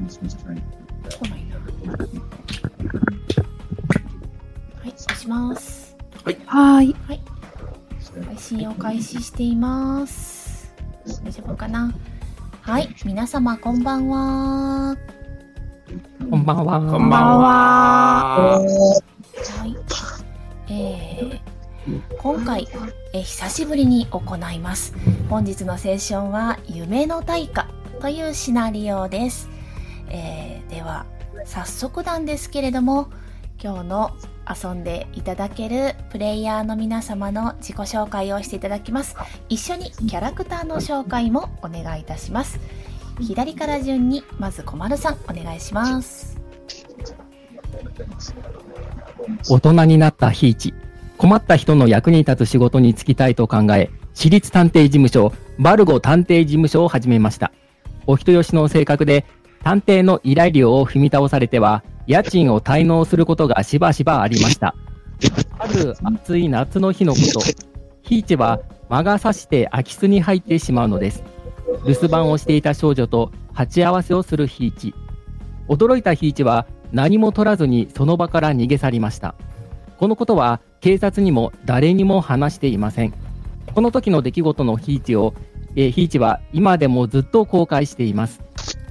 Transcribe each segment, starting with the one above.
来ないな。はい、押します。はーい。配信を開始しています。大丈夫かなはい、皆様こんばんは。こんばんは。こんばんは。はい。えー、今回、えー久しぶりに行います。本日のセッションは、夢の大化というシナリオです。えー、では、早速なんですけれども、今日の遊んでいただけるプレイヤーの皆様の自己紹介をしていただきます。一緒にキャラクターの紹介もお願いいたします。左から順に、まず小丸さん、お願いします。大人になったひいち。困った人の役に立つ仕事に就きたいと考え、私立探偵事務所、バルゴ探偵事務所を始めました。お人よしの性格で、探偵の依頼料を踏み倒されては、家賃を滞納することがしばしばありました。ある暑い夏の日のこと、ひいちは魔が差して空き巣に入ってしまうのです。留守番をしていた少女と鉢合わせをするひいち。驚いたひいちは何も取らずにその場から逃げ去りました。このことは警察にも誰にも話していません。この時の出来事のひいちを、えーひいちは今でもずっと後悔しています。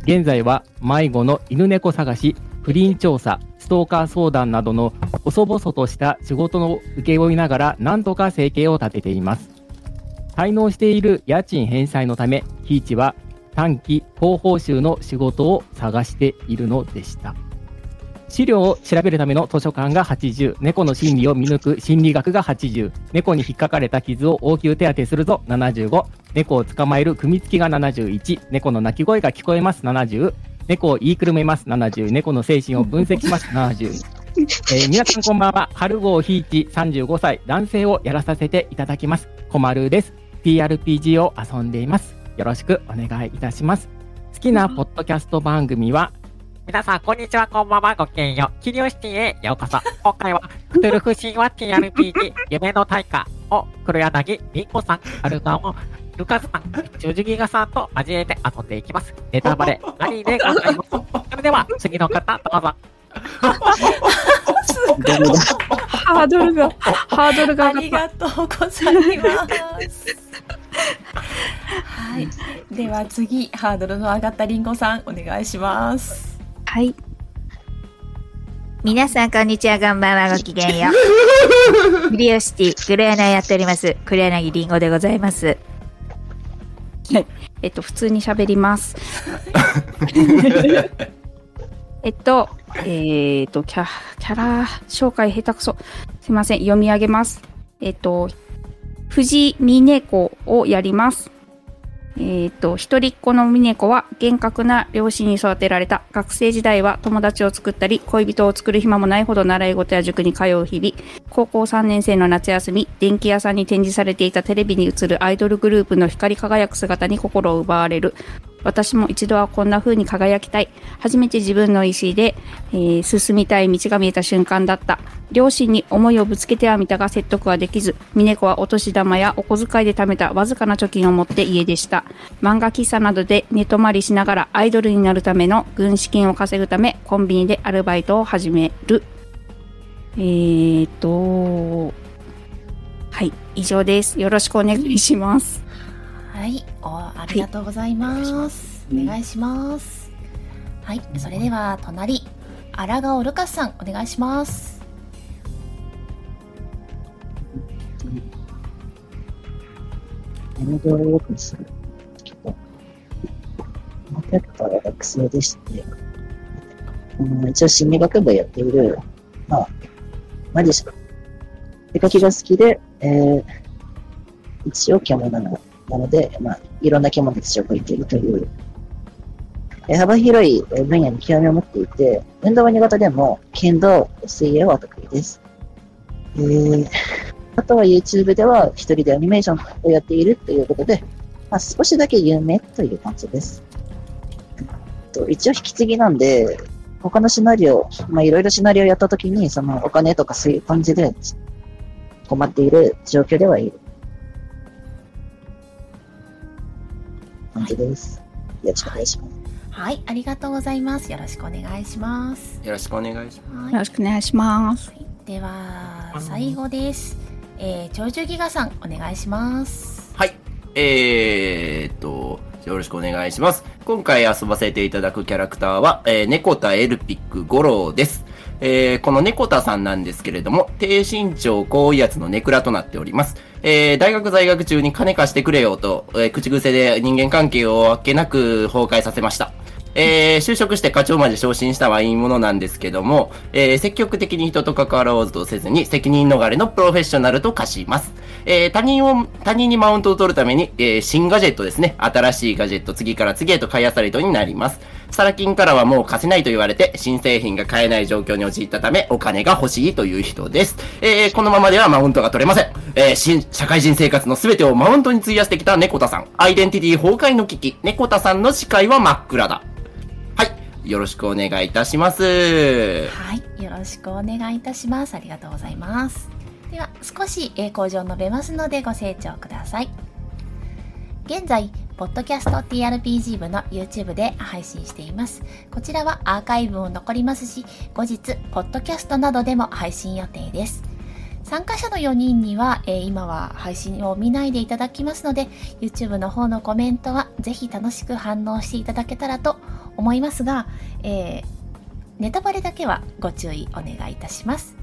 現在は迷子の犬猫探し、不倫調査、ストーカー相談などの細々とした仕事の請負いながら何とか生計を立てています。滞納している家賃返済のため、ひいちは短期高報酬の仕事を探しているのでした。資料を調べるための図書館が80、猫の心理を見抜く心理学が80、猫に引っかかれた傷を応急手当てするぞ75、猫を捕まえる組みつきが71、猫の鳴き声が聞こえます70、猫を言いくるめます70、猫の精神を分析します70。えー皆さんこんばんは、春号ひいち35歳、男性をやらさせていただきます、こまるです。TRPG を遊んでいます。よろしくお願いいたします。好きなポッドキャスト番組は、皆さん、こんにちは、こんばんは、ごきげんよう。キリオシティへようこそ。今回は、クトゥルフ神話 TRPG、夢の大化を黒柳りんこさん、アルガンをルカズさん、ジョジュギガさんと交えて遊んでいきます。ネタバレ、ラリーでございます。それでは、次の方、どうぞ。ハード ルが、ハードルがあ上がりった。がとうございます。 はい、では次ハードルの上がったリンゴさんお願いします。はい。皆さん、こんにちは。こんばんは。ごきげんよう。クリオシティ、黒柳やっております。黒柳りんごでございます。えっと、普通に喋り ます。えっと、えーっと、キャ、キャラ紹介下手くそ。すいません、読み上げます。えっと、藤美音子をやります。えーっと、一人っ子の美音子は厳格な両親に育てられた。学生時代は友達を作ったり、恋人を作る暇もないほど習い事や塾に通う日々。高校3年生の夏休み、電気屋さんに展示されていたテレビに映るアイドルグループの光り輝く姿に心を奪われる。私も一度はこんな風に輝きたい。初めて自分の意思で、えー進みたい道が見えた瞬間だった。両親に思いをぶつけてはみたが説得はできず、峰子はお年玉やお小遣いで貯めたわずかな貯金を持って家でした。漫画喫茶などで寝泊まりしながらアイドルになるための軍資金を稼ぐため、コンビニでアルバイトを始める。えーっと、はい、以上です。よろしくお願いします。はい、おありがとうございます。お願いします。はい、それでは隣アラガオルカスさんお願いします。体を動かす。ちょっと、またから学生でして、うん、一応心理学部やっている、まあ、マジシャン。出かけが好きで、えー、一応獣なのなので、まあ、いろんな獣たちを超えているという、えー幅広いえー分野に興味を持っていて、運動は苦手でも、剣道、水泳は得意です。えー、あとは YouTube では一人でアニメーションをやっているということで、まあ、少しだけ有名という感じです。えっと一応引き継ぎなんで、他のシナリオ、まあ、いろいろシナリオやったときに、そのお金とかそういう感じで困っている状況ではいる。感じです。よろしくお願いします。はい、ありがとうございます。よろしくお願いします。よろしくお願いしはいよろしくお願いします。では最後です。えー、鳥獣ギガさんお願いします。はい。えー、っと、よろしくお願いします。今回遊ばせていただくキャラクターは、えー、ネコタエルピック五郎です。えー、このネコタさんなんですけれども、低身長高威圧のネクラとなっております。えー、大学在学中に金貸してくれよと、えー口癖で人間関係をあっけなく崩壊させました。えー、就職して課長まで昇進したはいいものなんですけども、えー、積極的に人と関わろうとせずに責任逃れのプロフェッショナルと化します。えー他人を、他人にマウントを取るために、えー新ガジェットですね。新しいガジェット、次から次へと買い漁りとになります。サラ金からはもう貸せないと言われて、新製品が買えない状況に陥ったため、お金が欲しいという人です。えーこのままではマウントが取れません。えー新、社会人生活の全てをマウントに費やしてきた猫田さん。アイデンティティ崩壊の危機。猫田さんの視界は真っ暗だ。はい。よろしくお願いいたします。はい、よろしくお願いいたします。ありがとうございます。では少しえー向上述べますのでご清聴ください。現在、ポッドキャスト TRPG 部の YouTube で配信しています。こちらはアーカイブも残りますし、後日、ポッドキャストなどでも配信予定です。参加者の4人には、えー今は配信を見ないでいただきますので、YouTube の方のコメントはぜひ楽しく反応していただけたらと思いますが、えーネタバレだけはご注意お願いいたします。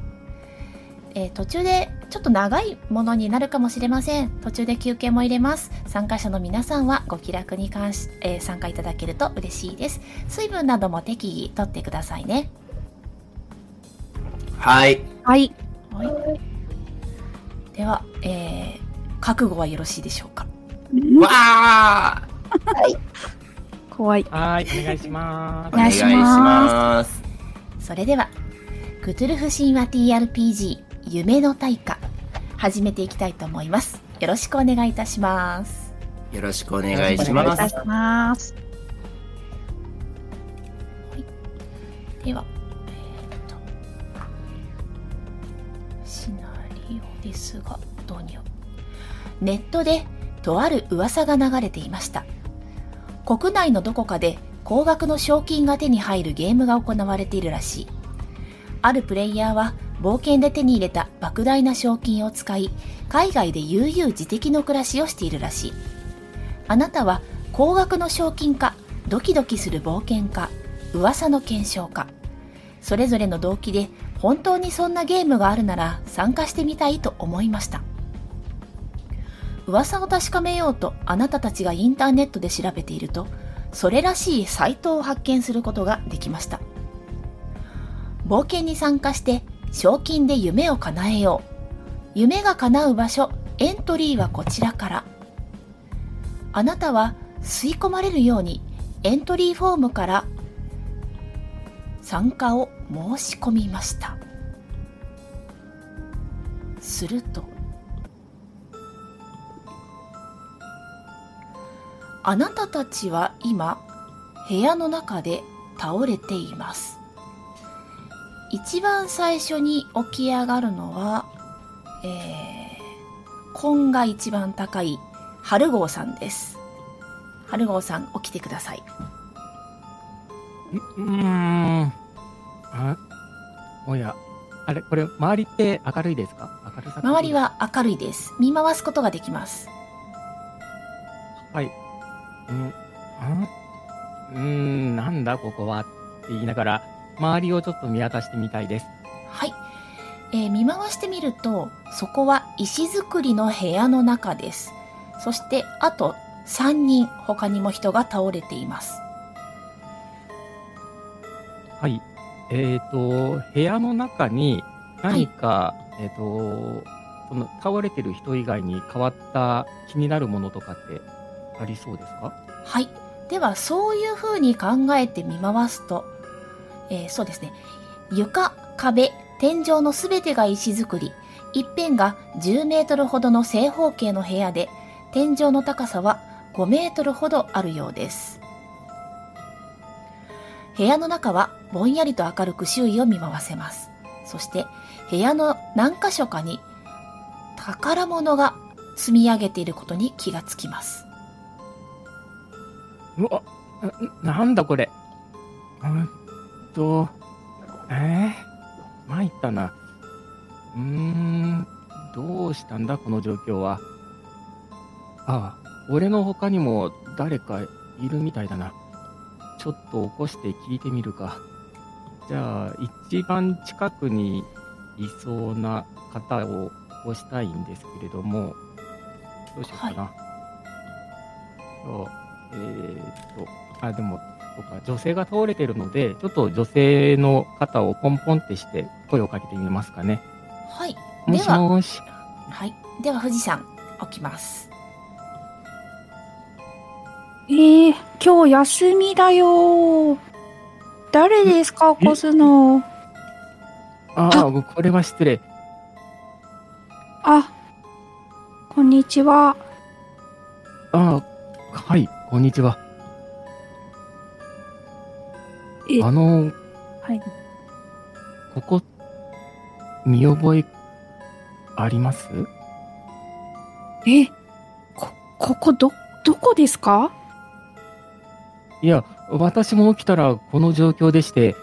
えー途中でちょっと長いものになるかもしれません。途中で休憩も入れます。参加者の皆さんはご気楽に関し、えー参加いただけると嬉しいです。水分なども適宜とってくださいね。はい。はい。では、えー覚悟はよろしいでしょうか。わー怖い。はい、お願いしまお願願いいししまます。それでは、クトゥルフ神話 TRPG 夢の大化、始めていきたいと思います。よろしくお願いいたします。よろしくお願いします。出します。では、えー、とシナリオですがどうにようネットでとある噂が流れていました国内のどこかで高額の賞金が手に入るゲームが行われているらしいあるプレイヤーは冒険で手に入れた莫大な賞金を使い海外で悠々自適の暮らしをしているらしいあなたは高額の賞金かドキドキする冒険か噂の検証かそれぞれの動機で本当にそんなゲームがあるなら参加してみたいと思いました噂を確かめようとあなたたちがインターネットで調べているとそれらしいサイトを発見することができました冒険に参加して賞金で夢を叶えよう夢が叶う場所エントリーはこちらからあなたは吸い込まれるようにエントリーフォームから参加を申し込みましたするとあなたたちは今部屋の中で倒れています一番最初に起き上がるのはえー、根が一番高い春号さんです春号さん起きてくださいうーん。あおや、あれ、これ、周りって明るいですか明るさ周り。は明るいです見回すことができますはい。うん、あうーん、なんだここはって言いながら、周りをちょっと見渡してみたいです。はい、えー見回してみるとそこは石造りの部屋の中ですそしてあと3人他にも人が倒れていますはい。えっ、と、部屋の中に何か、えっ、と、その倒れてる人以外に変わった気になるものとかってありそうですかはいではそういう風に考えて見回すと、えーそうですね床壁天井のすべてが石造り一辺が10メートルほどの正方形の部屋で天井の高さは5メートルほどあるようです部屋の中はぼんやりと明るく周囲を見回せます。そして、部屋の何箇所かに宝物が積み上げていることに気がつきます。うわ、ななんだこれ。うんと、えー、参ったな。うーん、どうしたんだ、この状況は。ああ、俺の他にも誰かいるみたいだな。ちょっと起こして聞いてみるか。じゃあ、一番近くにいそうな方を起こしたいんですけれども、どうしようかな。そうえーっと、あ、でも、そうか、女性が倒れてるので、ちょっと女性の肩をポンポンってして声をかけてみますかね。はい。もでしは、もーし。はい。では、富士山、起きます。えー、今日休みだよー。誰ですか、起こすの。ああ、これは失礼。あ、こんにちは。ああ、はい、こんにちは。えあの、はい。ここ、見覚え、ありますえ、こ、ここど、どこですかいや、私も起きたらこの状況でして、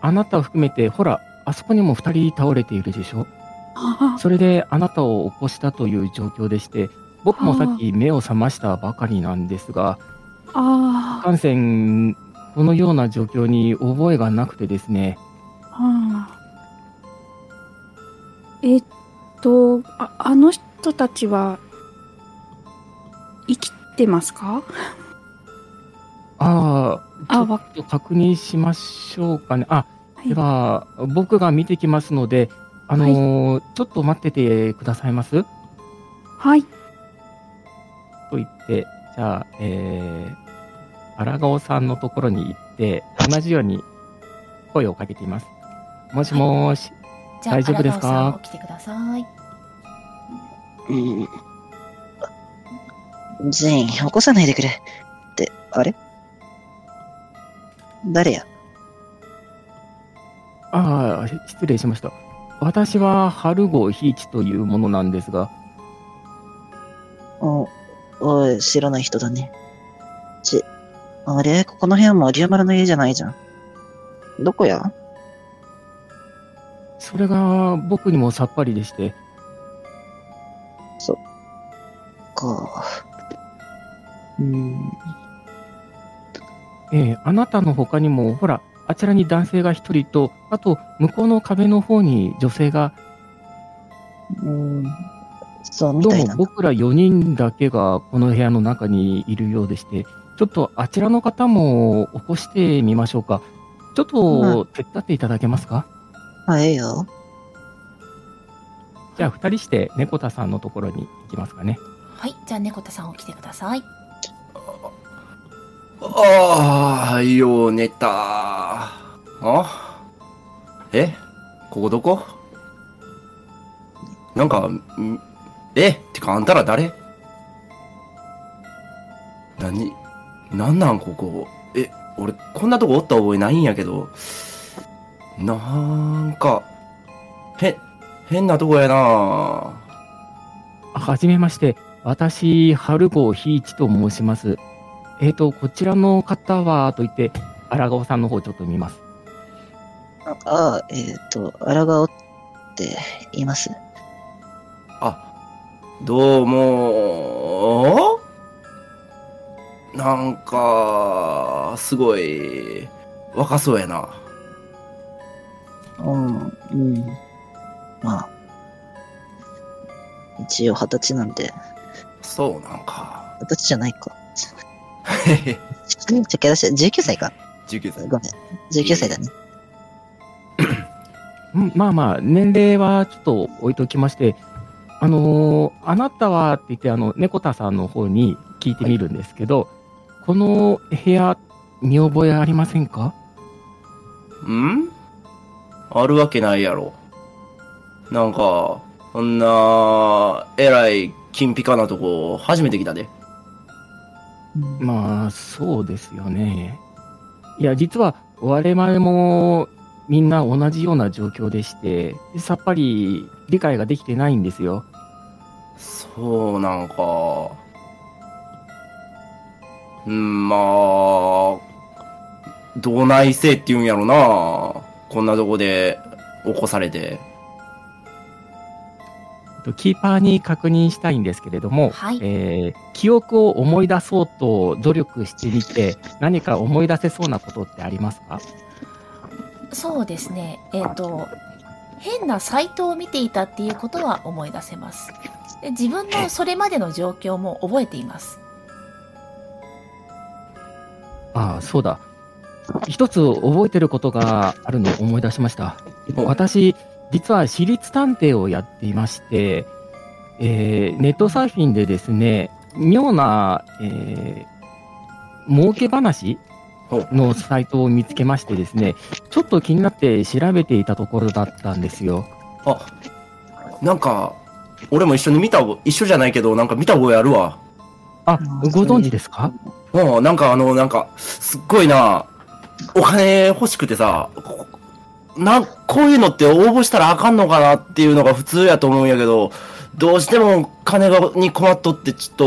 あなたを含めて、ほら、あそこにも二人倒れているでしょあそれであなたを起こしたという状況でして、僕もさっき目を覚ましたばかりなんですが、あ、感染、このような状況に覚えがなくてですね、あーえっと、ああの人たちは、生きてますかああ、ちあょわっと確認しましょうかね。あ、はいでは、僕が見てきますので、あのーちょっと待っててくださいますはい。と言って、じゃあ、えー、荒川さんのところに行って、同じように声をかけています。もしもーし、じゃあ、大丈夫ですか荒川さん、起きてください。うん。全員起こさないでくれ。って、あれ誰やああ、失礼しました。私は春号ひいちというものなんですが、お、おい、知らない人だね。ち、あれここの部屋も龍丸の家じゃないじゃん。どこやそれが僕にもさっぱりでして、か。うん。ええあなたの他にも、ほら、あちらに男性が一人と、あと、向こうの壁の方に女性が、うん。そう、みどうたいもだな。僕ら4人だけがこの部屋の中にいるようでして、ちょっとあちらの方も起こしてみましょうか。ちょっと手伝っていただけますか、あ、ええよ。じゃあ2人して猫田さんのところに行きますかね。はい。じゃあ、猫田さん、起きてください。ああ、よう寝た。あえここどこなんか、んえってかあんたら誰何なんなんここ。え、俺こんなとこおった覚えないんやけど。なんか、へ、変なとこやなはじめまして。私、春郷ひいちと申します。えーと、こちらの方は、と言って、荒川さんの方ちょっと見ます。ああ、えっ、と、荒顔って言います。あ、どうもーなんか、すごい、若そうやな。うん、うん。まあ。一応二十歳なんで、そうなんか。 二十歳じゃないか。へへじゃけ出し、19歳か。 19歳ご。めん。19歳だね。うん、まあまあ、年齢はちょっと置いときまして、あのーあなたはって言って、あの、猫田さんの方に聞いてみるんですけど、この部屋、見覚えありませんかんあるわけないやろ。なんか、こんな、えらい、金ピカなとこ、初めて来たで。まあ、そうですよね。いや、実は我々もみんな同じような状況でして、さっぱり理解ができてないんですよ。そうなんか。うん、まあ、どないせいって言うんやろな。こんなとこで起こされて。とキーパーに確認したいんですけれども、はいえー記憶を思い出そうと努力してみて、何か思い出せそうなことってありますかそうですね。えっ、と、変なサイトを見ていたっていうことは思い出せます。で自分のそれまでの状況も覚えています。ああ、そうだ。一つ覚えてることがあるのを思い出しました。私、実は私立探偵をやっていまして、えーネットサーフィンでですね、妙な、えー儲け話ほうのサイトを見つけましてですね、ちょっと気になって調べていたところだったんですよ。あ、なんか、俺も一緒に見た覚え、一緒じゃないけど、なんか見た覚えあるわ。あう、んご存知ですかもうんなんかあの、なんか、すっごいな、お金欲しくてさ、こなん、こういうのって応募したらあかんのかなっていうのが普通やと思うんやけど、どうしても金がに困っとって、ちょっと、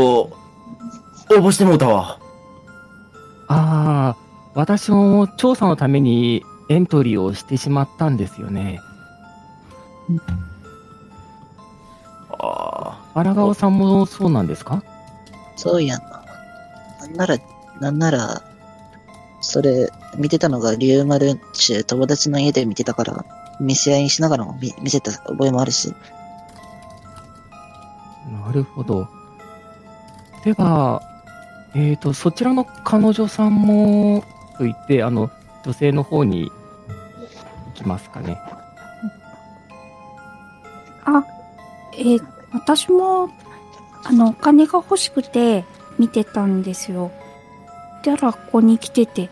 応募してもうたわ。ああ、私も調査のためにエントリーをしてしまったんですよね。あ荒川さんもそうなんですかそうやな。なんなら、なんなら、それ、見てたのが、竜丸っちゅう友達の家で見てたから、見せ合いしながらも見見せた覚えもあるし、なるほど。では、えっ、と、そちらの彼女さんも、と言って、あの、女性の方に行きますかね。えー私もあのお金が欲しくて見てたんですよ。だからここに来てて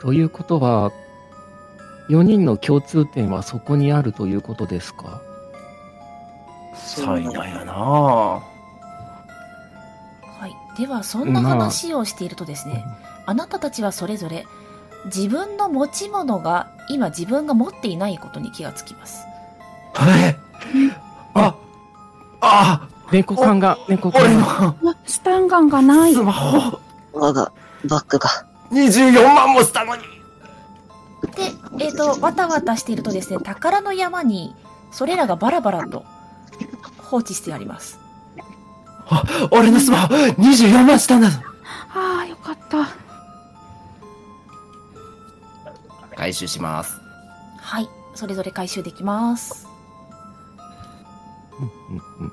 ということは、4人の共通点はそこにあるということですかあ、災難やなはい。では、そんな話をしているとですね、あなたたちはそれぞれ、自分の持ち物が今自分が持っていないことに気がつきます。はい。あ、あ、猫さんが、猫さ俺んが、のうわスタンガンがないスマホ、我がバッグが。 24万もしたのに。で、えっ、と、わたわたしているとですね、宝の山に、それらがバラバラと放置してあります。俺のスマホ、24万したんだぞ。ああよかった回収します。はい。それぞれ回収できます。うんうん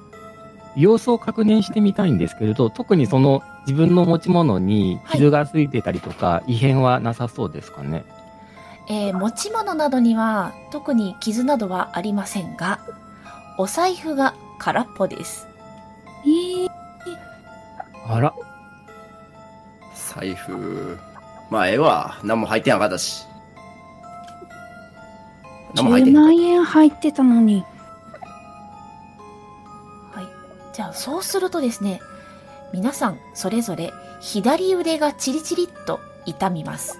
様子を確認してみたいんですけれど、特にその自分の持ち物に傷がついてたりとか、異変はなさそうですかね。えー持ち物などには特に傷などはありませんが、お財布が空っぽです。えー、あら、財布。まあ、ええわ。何も入ってなかったし。何も入って10なかっ万円入ってたのにはい。じゃあ、そうするとですね、皆さんそれぞれ左腕がチリチリっと痛みます。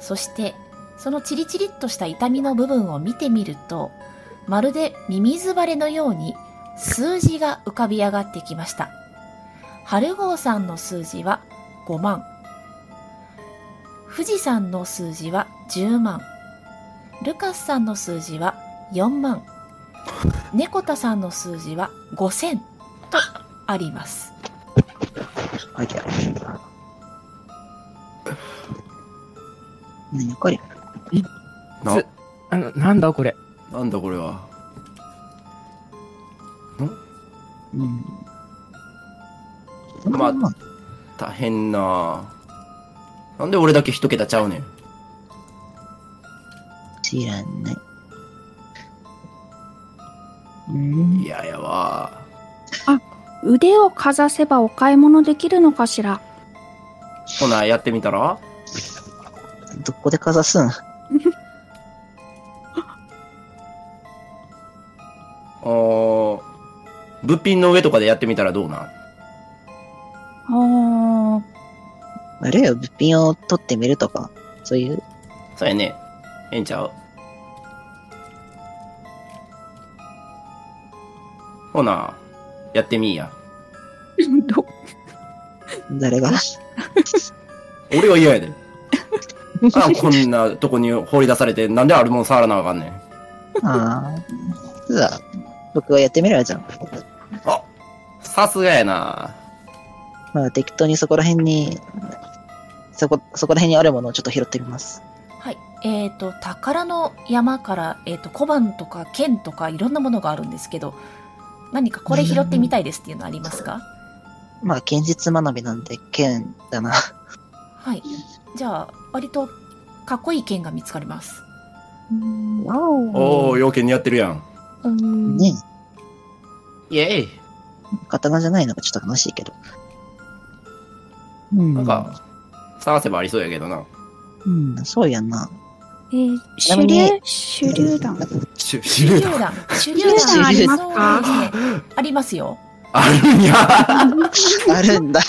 そして、そのチリチリっとした痛みの部分を見てみると、まるでミミズバレのように数字が浮かび上がってきました。春号さんの数字は5万。富士山の数字は10万。ルカスさんの数字は4万。猫田さんの数字は5000とあります。ありゃ。何やこれ。た。なずあの、なんだこれ。なんだこれは。うん。まあ大変ななんで俺だけ一桁ちゃうねん。知らない。うん。嫌ややわ。腕をかざせばお買い物できるのかしらほな、やってみたらどこでかざすんお物品の上とかでやってみたらどうなんあーあるいは物品を取ってみるとか、そういう、そうやね。ええんちゃうほな、やってみいや。ど誰が、俺は嫌やで。あこんなとこに放り出されて、なんであるもん触らなあかんねん。ああ、じゃあ、僕はやってみるわじゃん。あさすがやな。まあ、適当にそこら辺に、そこ、そこら辺にあるものをちょっと拾ってみます。はい。えっ、と、宝の山から、えっ、と、小判とか剣とかいろんなものがあるんですけど、何かこれ拾ってみたいですっていうのありますかまあ、剣術学びなんで、剣だな。はい。じゃあ、割とかっこいい剣が見つかります。わおお。お、要件にやってるやん。ねイエイ。刀じゃないのがちょっと悲しいけど。な、なんか、探せばありそうやけどな。うん、そうやんな。えー、ちな手みに榴手榴弾。しゅ、手手榴榴弾弾。。手榴弾ありますあかありますよ。 あるんや。あるんだ。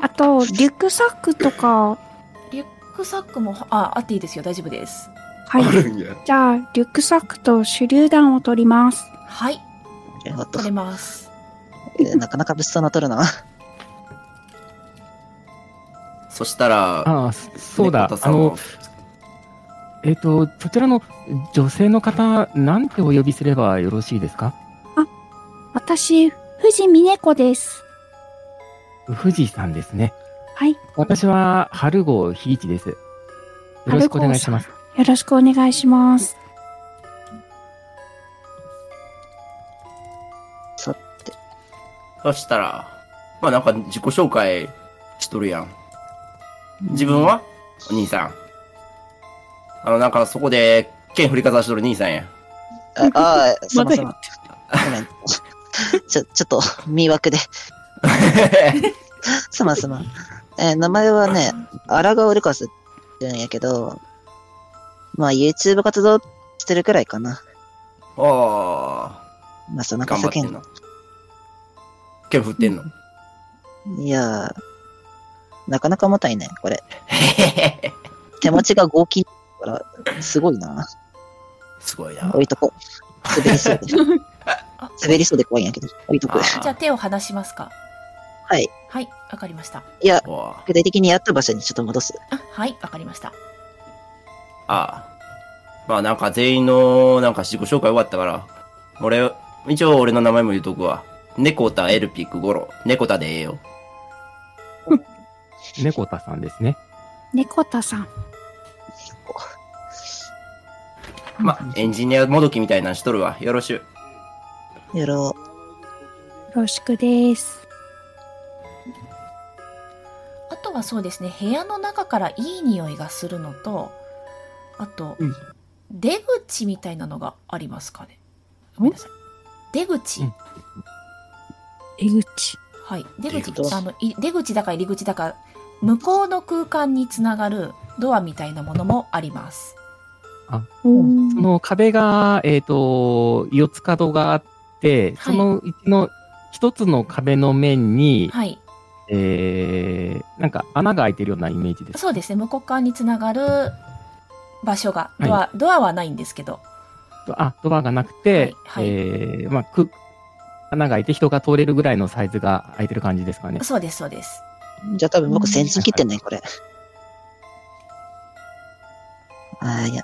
あと、リュックサックとか、リュックサックも、あ、あっていいですよ。大丈夫です。はいあ。るんや。じゃあ、リュックサックと手榴弾を取ります。はい。ありがと取れうます。えーなかなか物騒な取るな。そしたら、ああ、そそうだ猫田。さあんはの、えっ、と、そちらの女性の方、なんてお呼びすればよろしいですか私、藤美音子です。富士さんですね。はい。私は、春郷ひいちです。よろしくお願いします。よろしくお願いします。そしたら、まあなんか自己紹介しとるやん。自分はお兄さん。あの、なんかそこで剣振りかざしとる兄 さんや。ああー、す いません。ごまめん。ちょ、ちょっと、迷惑で。すまんすまん。えー名前はね、荒川ルカスって言うんやけど、まあ YouTube 活動してるくらいかな。ああ、まあそんな頑張情ってけんんの。剣振ってんの。いやー、なかなか重たいね、これ。へへへ手持ちが合金だから、すごいな。 すごいな。置いとこう。滑りそう で。滑りそうで怖いんやけど、置いとあく。じゃあ手を離しますかはい。はい。わかりました。いや、ーおー具体的にやった場所にちょっと戻す。あ、はい。わかりました。ああ。まあなんか全員のなんか自己紹介終わったから、俺、一応俺の名前も言うとくわ。猫田エルピックゴロ。猫田でええよ。猫田さんですね。猫田さん。まあ、エンジニアもどきみたいなんしとるわ。よろしゅう。やろよろしくです。あとはそうですね、部屋の中からいい匂いがするのと、あと、うん出口みたいなのがありますかね。ごめんなさい。出口。うん江口。はい。出口出口あの、い出口だか入り口だか、向こうの空間につながるドアみたいなものもあります。その壁が、えっ、と、四つ角があって、そのうちの一つの壁の面に、はい。えー、なんか穴が開いてるようなイメージです。そうですね、向こう側につながる場所が、はいドア、ドアはないんですけど、あ、ドアがなくて、はいはいえー、まあ、く、穴が開いて人が通れるぐらいのサイズが開いてる感じですかね。そうです、そうです。う。じゃあ多分僕先陣切ってんね、これ。あーいや。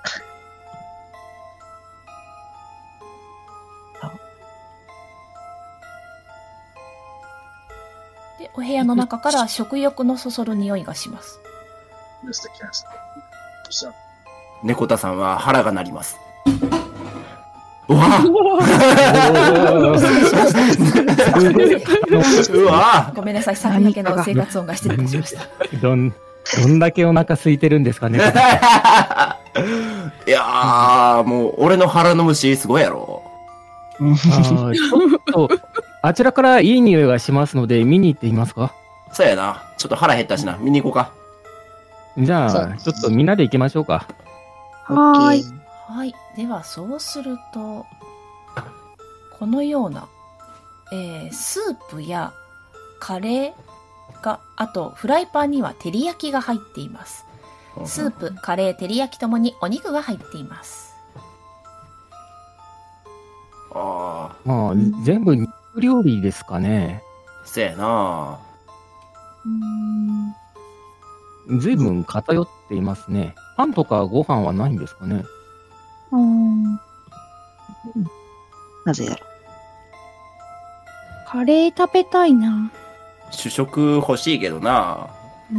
で、お部屋の中から食欲のそそる匂いがし ます。猫田さんは腹が鳴ります。うわ うわごめんなさい、寒いけの生活音が失礼いたしました。どん、どんだけお腹空いてるんで すかね。 いやー、もう俺の腹の虫すごいやろ。あーちょっと、あちらからいい匂いがしますので、見に行ってみますかそうやな。ちょっと腹減ったしな。見に行こうか。じゃそあ、うちょっとみんなで行きましょうか。はーいオッケーはい。では、そうすると、このような、えースープやカレー、が、あとフライパンには照り焼きが入っています。スープ、カレー、照り焼きともにお肉が入っています。ああ、まあ、全部肉料理ですかね。せやな。随分偏っていますね。パンとかご飯はないんですかね。なぜやろカレー食べたいな。主食欲しいけどな。う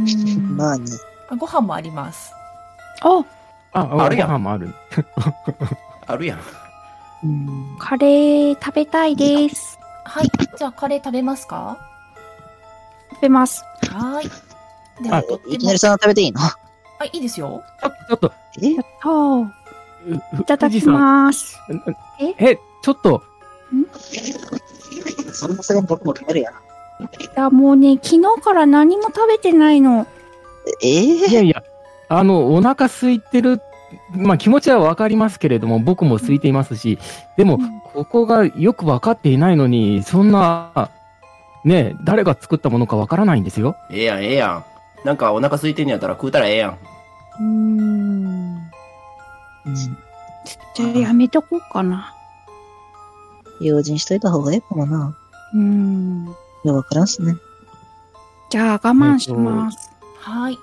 う。んまあね、あご飯もあります。あ、あ、あるやんご飯もある。あるやん。 うん、カレー食べたいです。はい。じゃあカレー食べますか食べます。はーい。では、あとっいてきもなり、そんな食べていいのあ、いいですよ。ちょっと、ちょっえそう。と、いただきます。藤井さん。ええ、ちょっと、そんなすぐに僕も食べるやん。いや、もうね、昨日から何も食べてないの。えいやいや、あの、お腹空いてる、まあ気持ちはわかりますけれども、僕も空いていますし、でもうん、ここがよくわかっていないのに、そんな、ねえ、誰が作ったものかわからないんですよ。ええやん、ええやん。なんかお腹空いてんやったら食うたらええやん。うーん。うんじゃあやめとこうかな。用心しといた方がいいかもな。うーん。いや、わからんっすね。じゃあ我慢します。はい。聞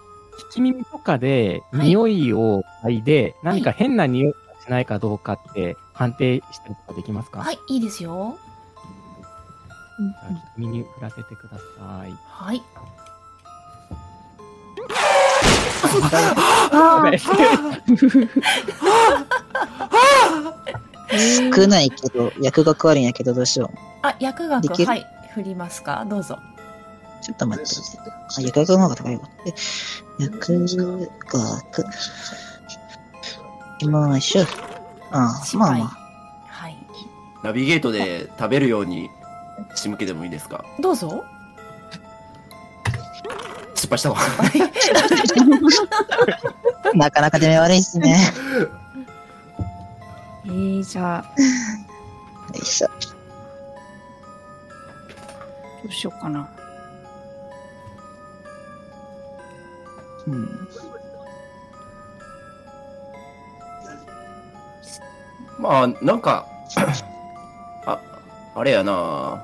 き耳とかで、はい匂いを嗅いで、はい何か変な匂いがしないかどうかって判定したりとかできますか、はい、いいですよ。じゃあ君に振らせてください。はい。あー少ないけど、薬学あるんやけどどうしよう。あ、薬できる学、はい。振りますかどうぞ。ちょっと待って。あ、薬学の方が高いわ。え薬学。まあ、一緒。ああ、失まあ敗。まあ。はい。ナビゲートで食べるように仕向けてもいいですかどうぞ。失敗したわ。 なかなか出目悪いっすね。よえー、じゃあ、いしょ。どうしようかな。うん。まあ、なんか、あ、あれやな。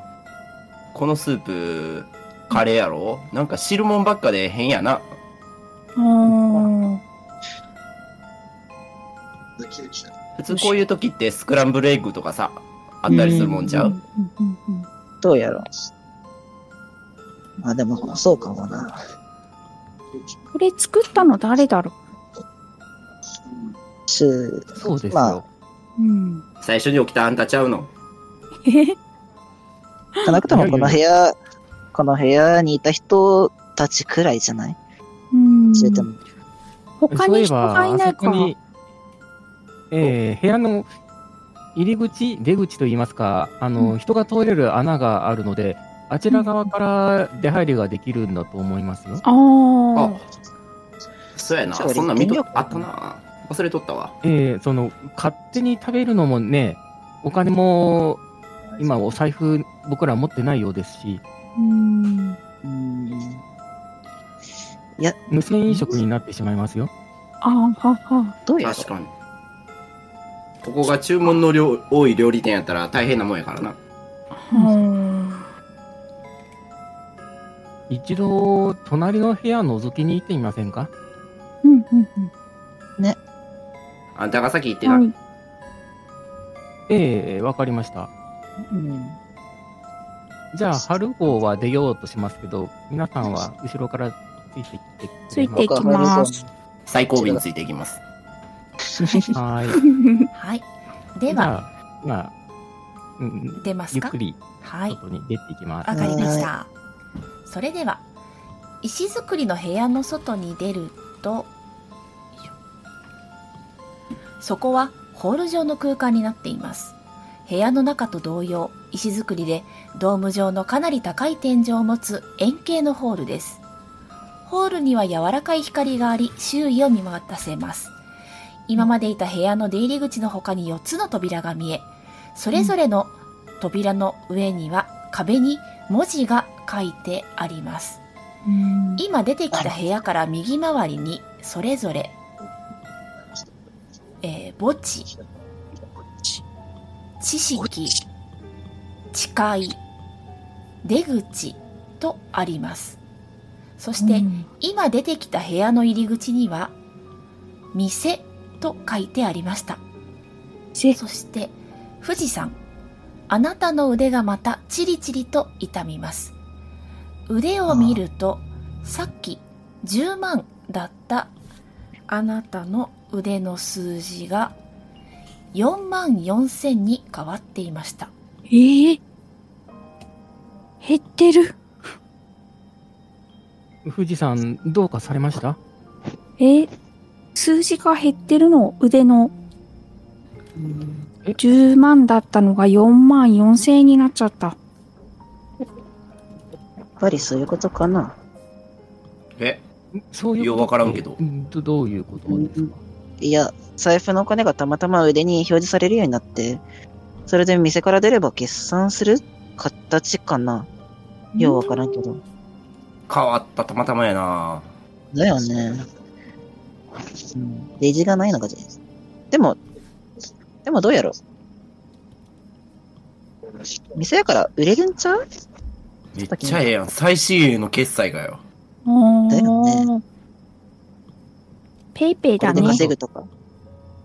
このスープ、カレーやろなんか汁もんばっかで変やな。あー普通こういう時ってスクランブルエッグとかさ、あったりするもんじゃうどうやろう。あ、でも、そうかもな。これ作ったの誰だろす そうですよ。まあう。うん。最初に起きたあんたちゃうの。少なくともこの部屋、この部屋にいた人たちくらいじゃないうん。それとも、他そうにえ人がいば、あないそかこら。に、えー部屋の入り口、出口といいますか、あの、人が通れる穴があるので、あちら側から出入りができるんだと思いますよ。あーあ。、そうやな。そうそんなん見と行ってみようあったな。忘れとったわ。えーその、勝手に食べるのもね、お金も、今お財布、僕ら持ってないようですし、うん。うん、無銭飲食になってしまいますよ。あーはは。どうやろ確かに。ここが注文の量多い料理店やったら大変なもんやからな。うん一度、隣の部屋覗きに行ってみませんかうんうんあんたが先行ってうん。な。はい。ええわかりました。う。うん。じゃあ、春号は出ようとしますけど、皆さんは後ろからついてきてついていくれまきます。最後尾についていきます。すか。はーい。はい。 でじは、ゃあ、まあ、うん、出ますゆっかくりはい。外に出ていきます。わかりました。それでは、石造りの部屋の外に出ると、よいしょそこはホール状の空間になっています。部屋の中と同様、石造りでドーム状のかなり高い天井を持つ円形のホールです。ホールには柔らかい光があり、周囲を見渡せます。今までいた部屋の出入り口の他に4つの扉が見え、それぞれの扉の上には壁に文字が書いてあります。今出てきた部屋から右回りにそれぞれ、えー墓地知識誓い出口とありますそして、今出てきた部屋の入り口には「店」と書いてありましたせそして富士山あなたの腕がまたチリチリと痛みます腕を見るとさっき10万だったあなたの腕の数字が4万4000に変わっていましたええ減ってる。富士山、どうかされましたえー数字が減ってるの腕の10万だったのが4万4千円になっちゃった。やっぱりそういうことかな。えそういうようわからんけどど。どういうことですかいや、財布のお金がたまたま腕に表示されるようになって、それで店から出れば決算する形かな。ようわからんけど。変わったたまたまやなだよね。うんレジがないのかじゃ。でも、でもどうやろ店やから売れるんちゃうめっちゃええやん。最新鋭の決済がよ。おだよー。ペイペイこだれねで。稼ぐとか。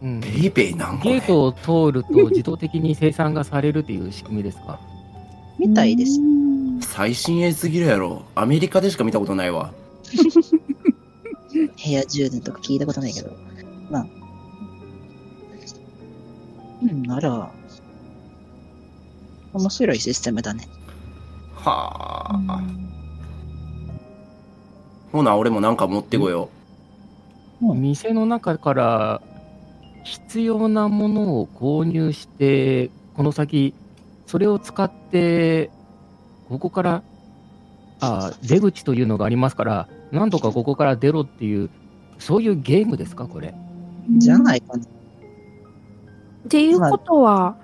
うんペイペイなんこゲれートを通ると自動的に生産がされるっていう仕組みですかみたいです。うん最新鋭すぎるやろ。アメリカでしか見たことないわ。部屋充電とか聞いたことないけど。まあ。うん、なら、面白いシステムだね。はあ。ほな、俺もなんか持ってこようん店の中から必要なものを購入して、この先、それを使って、ここから、あ出口というのがありますから、なんとかここから出ろっていう、そういうゲームですか、これ。じゃないかな。っていうことは、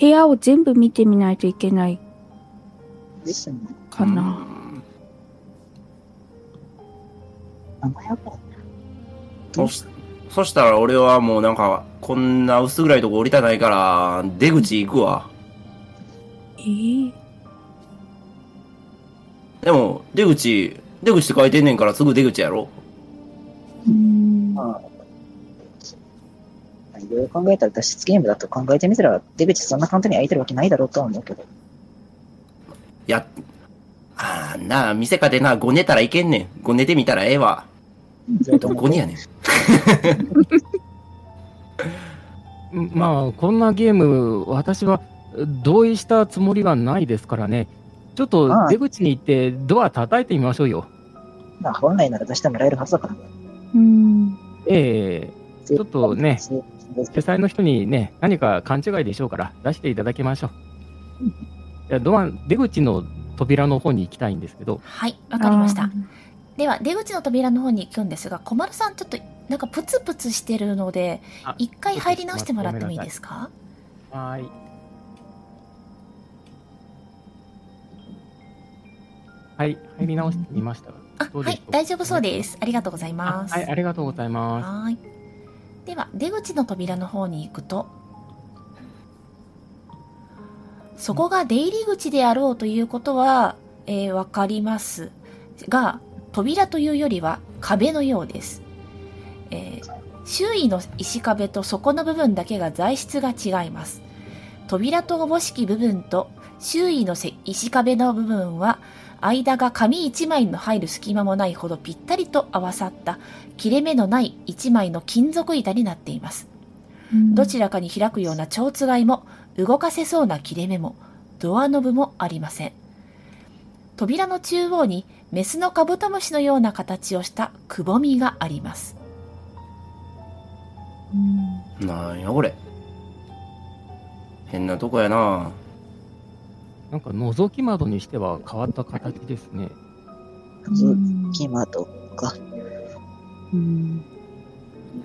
部屋を全部見てみないといけないですね。う。かな。うんあの部屋か。そしそしたら俺はもうなんか、こんな薄暗いとこ降りたないから、出口行くわ。えーでも、出口、出口って書いてんねんからすぐ出口やろ。うんいろいろ考えたら脱出ゲームだと考えてみたら、出口そんな簡単に開いてるわけないだろうとは思うけど。や、あーなあ、店かでな、ごねたらいけんねん。ごねてみたらええわ。どこにやねん。まあ、こんなゲーム、私は同意したつもりはないですからね。ちょっと出口に行って、ドア叩いてみましょうよ。まあ、本来なら出してもらえるはずだから。うんええちょっとね主催の人にね、何か勘違いでしょうから、出していただきましょう。いやドア出口の扉の方に行きたいんですけど、はいわかりまし。あたでは出口の扉の方に行くんですが小丸さんちょっとなんかプツプツしてるのであ一回入り直してもらってもいいですかはい。はい、入り直してみました。あどうはでしいょう大丈夫そうですありがとうございあますはい、ありがとうございまはーい。では、出口の扉の方に行くと、そこが出入り口であろうということは、えーわかりますが、扉というよりは壁のようです。えー周囲の石壁と底の部分だけが材質が違います。扉とおぼしき部分と周囲のせ石壁の部分は、間が紙一枚の入る隙間もないほどぴったりと合わさった切れ目のない一枚の金属板になっています。うんどちらかに開くような蝶つがいも、動かせそうな切れ目も、ドアノブもありません。扉の中央に、メスのカブトムシのような形をしたくぼみがあります。なんやこれ。変なとこやな。す。なんか覗き窓にしては変わった形ですね。キマとか。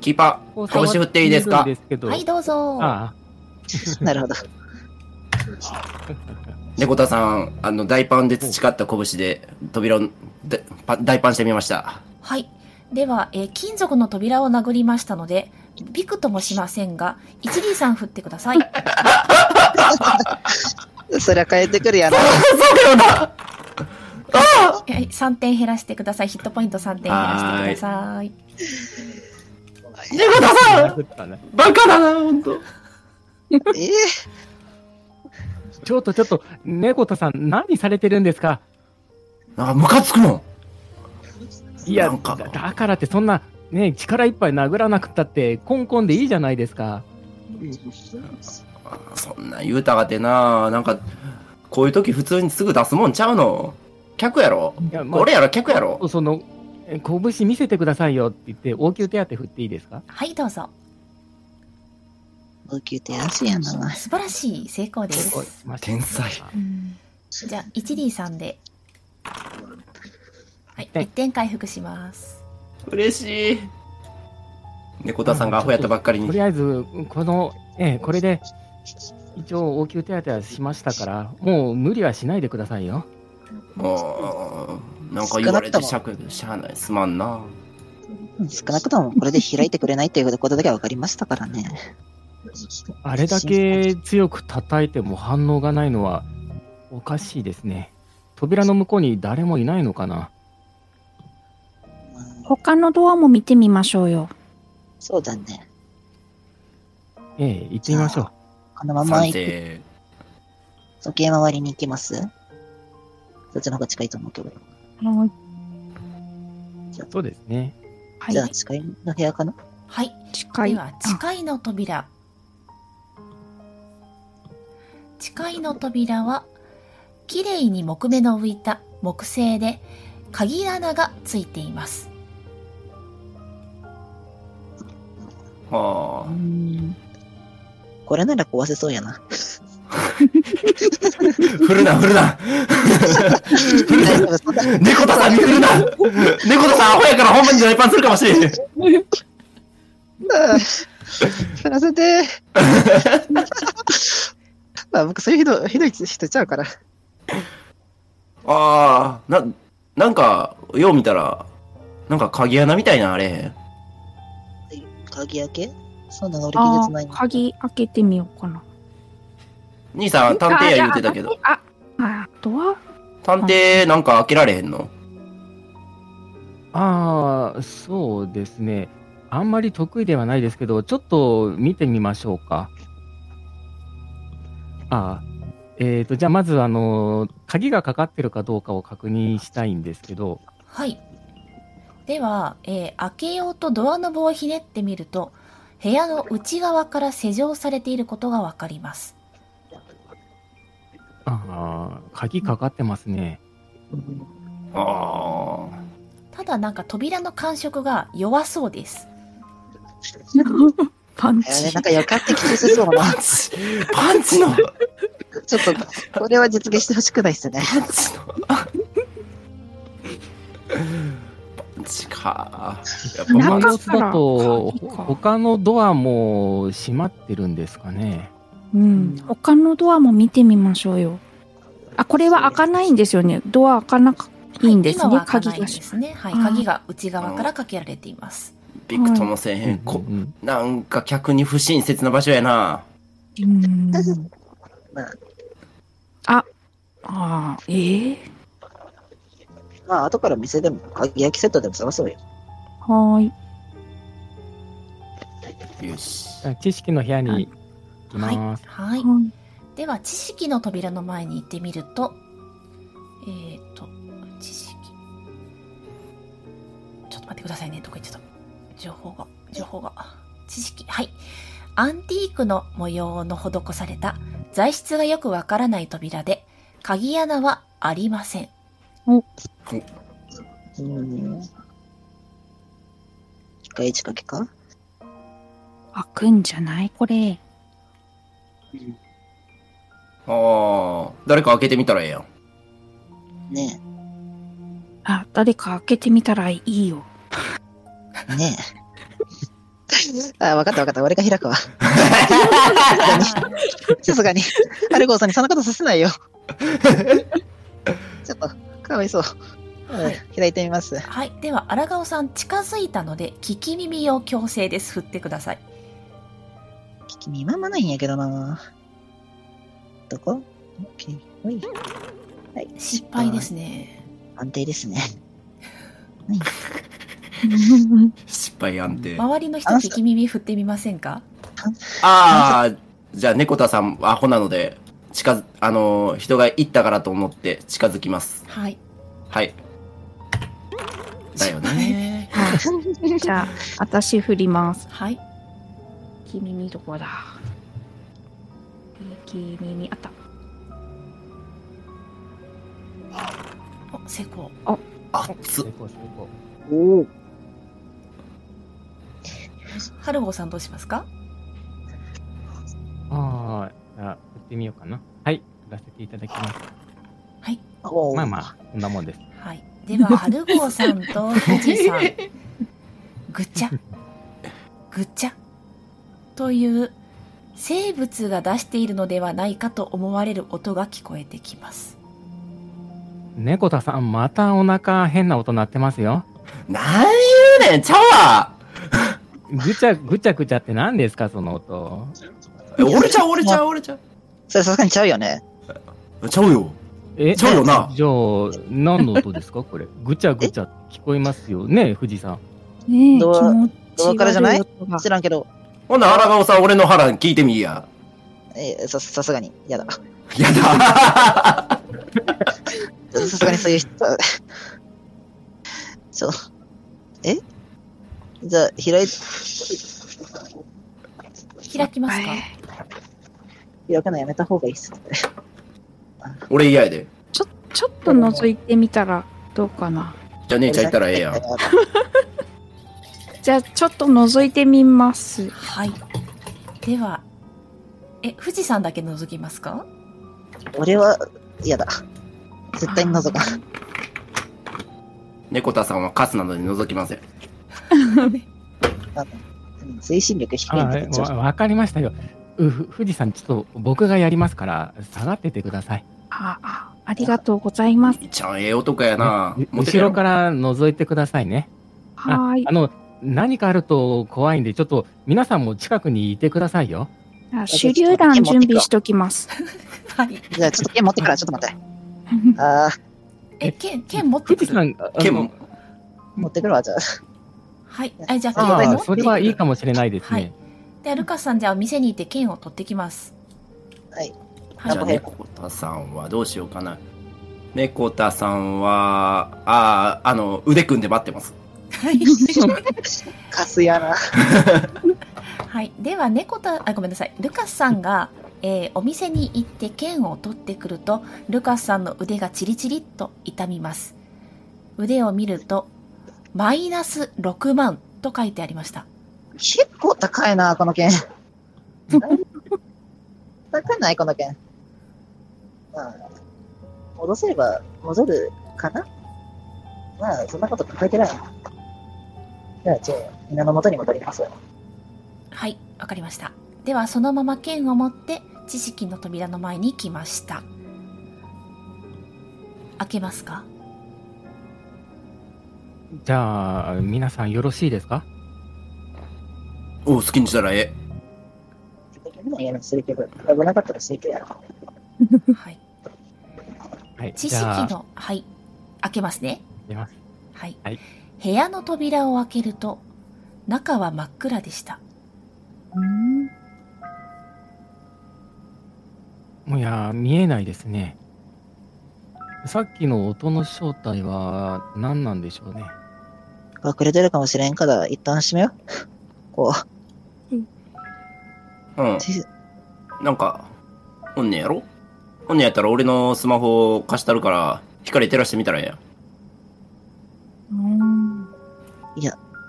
キーパー、拳振っていいですかですけど、はい、どうぞ。あなるほど。あ猫田さん、あの、大パンで培った拳で、扉を、でパ大パンしてみました。はい。では、えー金属の扉を殴りましたので、ビクともしませんが、一輪さん振ってください。そりゃ変えてくるやな。えー3点減らしてください。ヒットポイント3点減らしてください。猫田さんバカだな、ほんと。ええちょっとちょっと、猫田さん、何されてるんですかなんかムカつくもいや、なんかだだからってそんな、ね、力いっぱい殴らなくったって、コンコンでいいじゃないですか。ん。そんな言うたがてな、なんか、こういう時普通にすぐ出すもんちゃうの。客やろ。いや、まあ俺やろ、客やろ。その、え拳見せてくださいよって言って、応急手当振っていいですかはい、どうぞ。応急手足やな。素晴らしい成功です。天才じゃあ、一輪さんで。はい、1点回復します。嬉しい。猫田さんがアホやったばっかりとに。りあえず、この、ええ、これで、一応応急手当はしましたから、もう無理はしないでくださいよ。もう、なんか言われてしゃく、しゃあない。すまんな。少なくともこれで開いてくれないっていうことだけは分かりましたからね。あれだけ強く叩いても反応がないのは、おかしいですね。扉の向こうに誰もいないのかな他のドアも見てみましょうよ。そうだね。ええ、行ってみましょう。このまま賛行く。成。時計回りに行きますそっちの方が近いと思うけど。はい。そうですね。じゃあ近いの部屋かなはい。近い。では、誓いの扉。誓いの扉は、きれいに木目の浮いた木製で、鍵穴がついています。はあ。これなら壊せそうやな。振るな、振るな。大丈夫 そうだ猫田さんに振るな。猫田さん、アホやからほんまに大パンするかもしれん。やらせ て。まあ僕そういうひどいひどい人ちゃうから。ああ、な、なんか、よう見たら、なんか鍵穴みたいなあれへん。鍵開けそうなの俺技あ術ないーの。鍵開けてみようかな。兄さん、探偵や言うてたけど、あ。あ、あドア探偵なんか開けられへんのああ、そうですね。あんまり得意ではないですけど、ちょっと見てみましょうか。ああ、えっ、と、じゃあまず、あの、鍵がかかってるかどうかを確認したいんですけど、はい。では、えー開けようとドアノブをひねってみると、部屋の内側から施錠されていることがわかります。ああ、鍵かかってますね。ああ。ただなんか扉の感触が弱そうです。パンえーチなん。かよかってきてそうな。パンチ、パンチの、 ちょっと、これは実現してほしくないですね。パンチの。パンチか。やっぱこパのン様中チ。子だと、鍵か他のドアも閉まってるんですかね。うん。他のドアも見てみましょうよ。あ、これは開かないんですよね。ドア開かなくいいんです今ねは。開鍵かないんがでし。すね。はい。あー鍵が内側からかけられています。びくともせえへん。うこんうんなんか客に不親切な場所やな。うんまあ、ああ、ええまあ後から店でも、鍵焼きセットでも探そうよ。はーい。よし。じゃあ知識の部屋に行きはいます。。はい。はいでは、知識の扉の前に行ってみると、えーと、知識。ちょっと待ってくださいね。どこ行っちゃった。情報が、情報が。知識。はい。アンティークの模様の施された材質がよくわからない扉で、鍵穴はありま せん。うん。一回仕掛けか開くんじゃないこれ。ああ。誰か開けてみたらええやん。ねあ、誰か開けてみたらいいよ。え。ねえ。 あ、わかったわかった。俺が開くわ。さすがに。アルゴーさんにそんなことさせないよ。 ちょっと、かわいそう。うん開いてみます。はい。では、荒川さん、近づいたので、聞き耳を強制です。振ってください。聞き見ままないんやけどな。どこ ?OK。ほい。はい。失敗ですね。安定ですね。失敗安定。周りの人、聞き耳振ってみませんかああ、じゃあ、猫田さん、アホなので、近づ、あのー人が行ったからと思って近づきます。はい。はい。だよ ね。はい。じゃあ、私振ります。 はい。君にどこだ君にあった。お成功。熱っ。おお。春子さんどうしますかあーじゃあ、振ってみようかな。はい、振らせていただきます。おお。まあまあ、こんなもんです。はい。では、春子さんと藤 さん、ぐちゃ、ぐちゃ、という、生物が出しているのではないかと思われる音が聞こえてきます。猫田さん、またお腹変な音鳴ってますよ。なん言うねん、ちゃうわぐちゃぐちゃぐちゃって何ですか、その音。え折れちゃう、折れちゃう、折れちゃそれさすがにちゃうよね。う。ちゃうよ。えちゃうよな。じゃあ、何の音ですか、これ。ぐちゃぐちゃ聞こえますよね、富士山。ねえ、気ドア持ちドア悪からじゃないい音が知らんけど、ほな、荒川さん、俺の腹聞いてみいや。えーさ、さすがに、やだ。やだ。 さすがにそういう人、そう。えじゃあ、開い、開きますかはい開くのやめた方がいいっす。俺嫌やで。ちょっと覗いてみたらどうかな。じゃあ、姉ちゃん行ったらええやん。じゃあ、ちょっと覗いてみます。はい。では、え、富士山だけ覗きますか俺は、やだ。絶対に謎が。猫田さんはカスなので覗きません。あのうん推進力低いんあだけーどちょっわと、わかりましたよ。うふ富士山、ちょっと僕がやりますから、下がっててください。ああ、ありがとうございます。ちゃん、ええ男やなね。モ後テるやろろから覗いてくださいね。あはーいあ。の、何かあると怖いんで、ちょっと皆さんも近くにいてくださいよ。じゃあ手榴弾準備しときます。はい。じゃあちょっと剣持ってから、ちょっと待って。ああ、え、剣、剣持って富く士る山、あ剣あのも持ってくるわ、じゃあ。はい。あ、じゃああ剣を持あ、ってそれはいいかも。もしれないですはいね。で、ルカスさん、じゃあ店に行って剣を取ってきます。はい。はじいゃあ、。猫田さんはどうしようかな。猫田さんは、ああ、あの、腕組んで待ってます。 カスやな。はい、では猫たあごめんなさいルカスさんが、えーお店に行って剣を取ってくるとルカスさんの腕がチリチリっと痛みます腕を見るとマイナス6万と書いてありました結構高いな、この剣。高ない、この剣。まあ、戻せれば戻るかなまあ、そんなこと抱えてない。じゃあ、じゃあ、みんなの元に戻ります。はいわかりましたではそのまま剣を持って知識の扉の前に来ました開けますかじゃあ、皆さんよろしいですかお好きにしたらえでも家のするけど、危なかったらするけどやろ。はいはい。知じ識ゃあ、のはい開けますね出ます。はい、はい部屋の扉を開けると中は真っ暗でしたいや、見えないですね。さっきの音の正体は何なんでしょうね。隠れてるかもしれんから、一旦閉めよう。こう、え。うちん。なんか、おんねやろおんねやったら俺のスマホ貸したるから、光照らしてみたらええやん。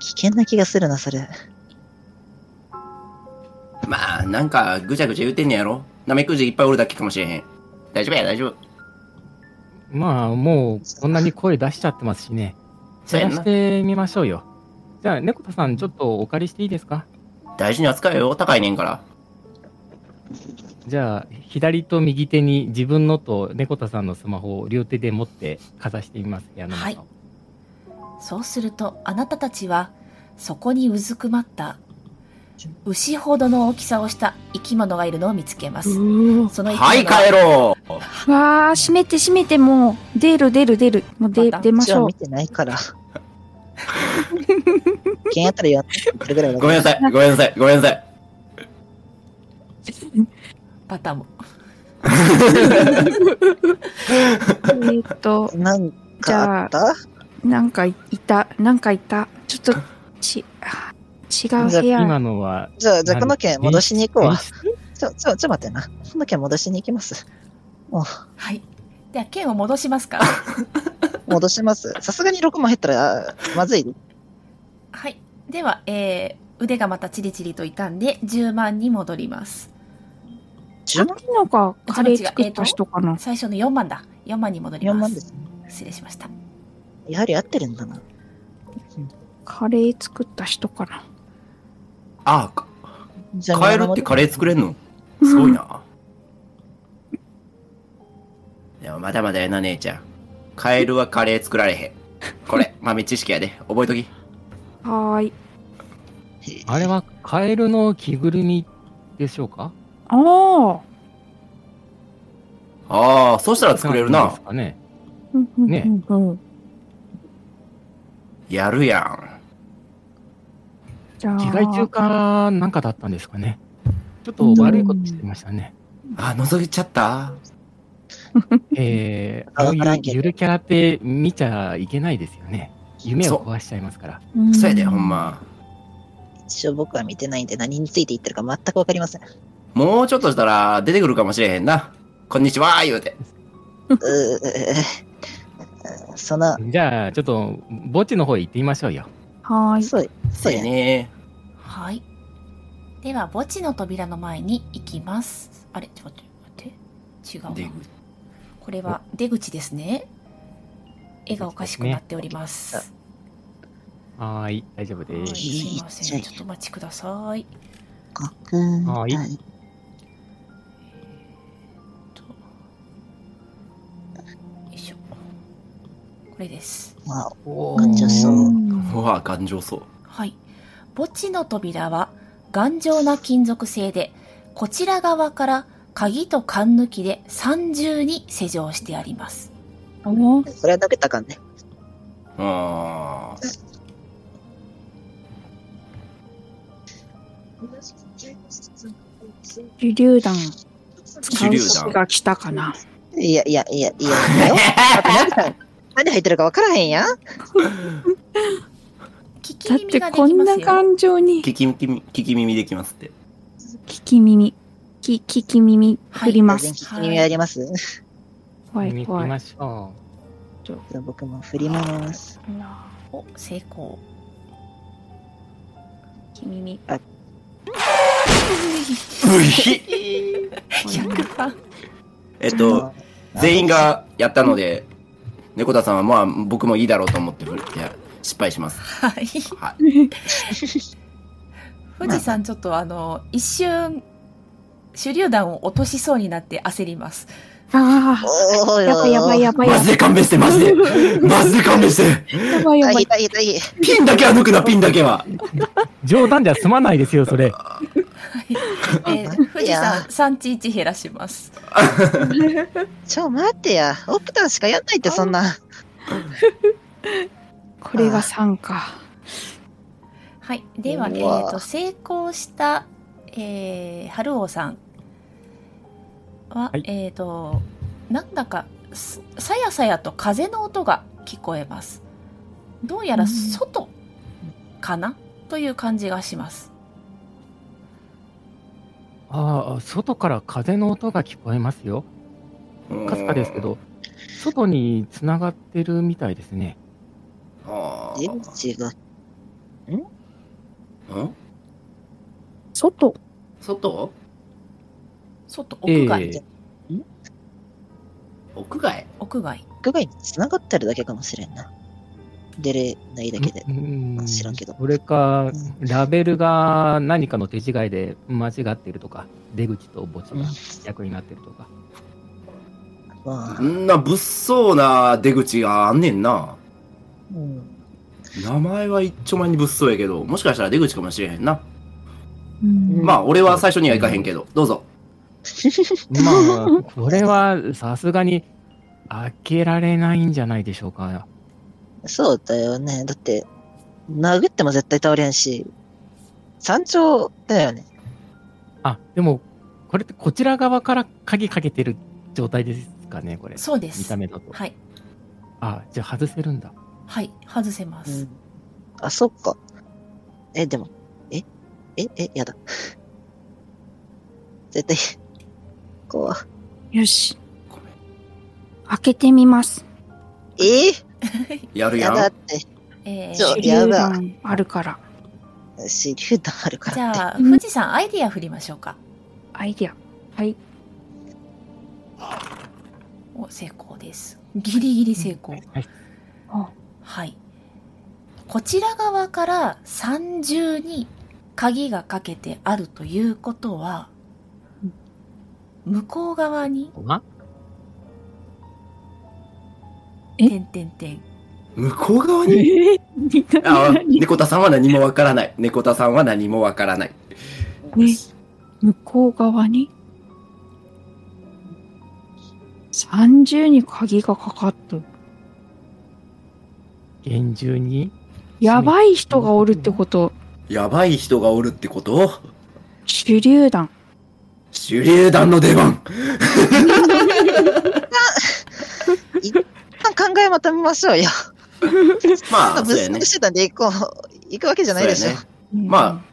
危険な気がするな、それ。まあ、なんか、ぐちゃぐちゃ言うてんねやろなめくじいっぱいおるだけかもしれへん。大丈夫や、大丈夫。まあ、もうこんなに声出しちゃってますしね。そうや探んなしてみましょうよ。じゃあ、猫田さん、ちょっとお借りしていいですか大事に扱えよ、高いねんから。じゃあ、左と右手に自分のと猫田さんのスマホを両手で持ってかざしてみます。矢野さんはいそうするとあなたたちはそこにうずくまった牛ほどの大きさをした生き物がいるのを見つけます。その生き物ははい、帰ろうわあ、閉めて閉めて、もう、出る出る出る。もう出、また出まじしゃあょう見。てないから。剣あたりやってこれぐらいはごめんなさ い、ごめんなさい、ごめんなさい。パタも。えーっと、なんかあったなんかいた、なんかいた。ちょっと、ち、あ違う部屋。今のは、じゃあ、じゃあこの剣戻しに行くわ演。出ちょ、ちょ、ちょ待ってな。この剣戻しに行きます。はい。では剣を戻しますから。戻します。さすがに6も減ったら、まずい。はい。では、えー、腕がまたチリチリと痛んで10万に戻戻ります。さっきのがカレー作った人かな。最初の4万だ。4万に戻り4ます。万です。失礼しました。やはり合ってるんだな。カレー作った人かな。あ、じゃあカエルってカレー作れんのすごいな。でもまだまだやな、姉ちゃん。カエルはカレー作られへん。こ れ、豆知識やで。覚えとき。はーい。 あれはカエルの着ぐるみでしょうかああ。ああ、そしたら作れるんなです。かね。うんうんねうんうんやるやん。じゃあ、着替え中かなんかだったんですかね。ちょっと悪いことしてましたね。あ、覗いちゃったえー、あああいわからんうけどゆるキャラって見ちゃいけないですよね。夢を壊しちゃいますから。うんそうやで、ほん。ま。一応僕は見てないんで何について言ってるか全くわかりません。もうちょっとしたら出てくるかもしれへんな。こんにちは言うて。うーその、じゃあ、ちょっと墓地の方へ行ってみましょうよ。はーい。そう、そうやね。ね。はい。では、墓地の扉の前に行きます。あれ、ちょっと待って。違う出な口。これは出口ですね。絵がおかしくなっております。はーい、大丈夫はい、です。すいません。ちょっとお待ちください。はーい。とよいしょ。これです。まあ、お感情そうー。うわ、頑丈そう。はい。墓地の扉は頑丈な金属製で、こちら側から鍵と缶抜きで三重に施錠してあります。おーそれは投げたらあかんね。あー手榴弾使手う榴人弾。が来たかな。いやいやいやいや、いやよ。だって投げたら何入ってるかわからへんやん。聞きだっ耳てがでこきんますなよ。感情に。聞き耳、聞き耳できますって。聞き耳。き聞き耳振りま全す。然聞き耳あります。怖い見てみ怖い。ましょじゃあ僕も振ります。お、成 功。君にうひ100番。えっと、全員がやったので、猫田さんはまあ僕もいいだろうと思って振る、いや、失敗します。はい。は富士山ちょっとあの、一瞬、手榴弾を落としそうになって焦ります。あおーあ、やばいやばいやばい。いやマジで勘弁して、マジで。マジで勘弁して。ばいやば痛いい。痛い痛い。ピンだけは抜くな、ピンだけは。う。冗談じゃ済まないですよ、それ。えなんでー、富士や山産地1減らします。ちょ、待ってや。オプタンしかやんないって、そんな。これが3か。はい。では、えっ、うわと、成功した、えー、春王さんは、はいえっ、と、なんだか、すさやさやと風の音が聞こえます。どうやら外かな、という感じがします。ああ、外から風の音が聞こえますよ。かすかですけど、外に繋がってるみたいですね。あ出ー。口が。ん外。外外、屋外、ええ屋外屋外。屋外に繋がってるだけかもしれんな。出れないだけで。うん知らんけどそれか、ラベルが何かの手違いで間違ってるとか、出口と墓地が逆になってるとか。まあ、んな物騒な出口があんねんな。うん。名前は一丁前に物騒やけど、もしかしたら出口かもしれへんな。うんまあ、俺は最初には行かへんけど、どうぞ。まあ、これはさすがに開けられないんじゃないでしょうか。そうだよね。だって、殴っても絶対倒れんし、山頂だよね。あ、でも、これってこちら側から鍵かけてる状態ですかね、これ。そうで見すた。目だと。はい。あ、じゃあ外せるんだ。はい。外せまうす。ん。あ、そっか。え、でも、えええやだ。絶対、怖よしごめん。開けてみます。えやるややだっん。て。えーじゃあ手榴弾あるから。手榴弾あるかじらって。ゃあ、富士山アイディア振りましょうか。アイディア。はい。お成功です。ギリギリ成功。はいあはい。こちら側から三重に鍵がかけてあるということは、向こう側に、あえてんてんてん。向こう側えにー、みんなあ、何猫田さんは何もわからない。猫田さんは何もわからない。向こう側に30に鍵がかかっとる。厳重に。やばい人がおるってこと。やばい人がおるってこと手榴弾。手榴弾の 出番一旦考えまとめましょうよ。ままあ、あ、物そうやね騒。手段で行こう。行くわけじゃないでしょそうや。ねま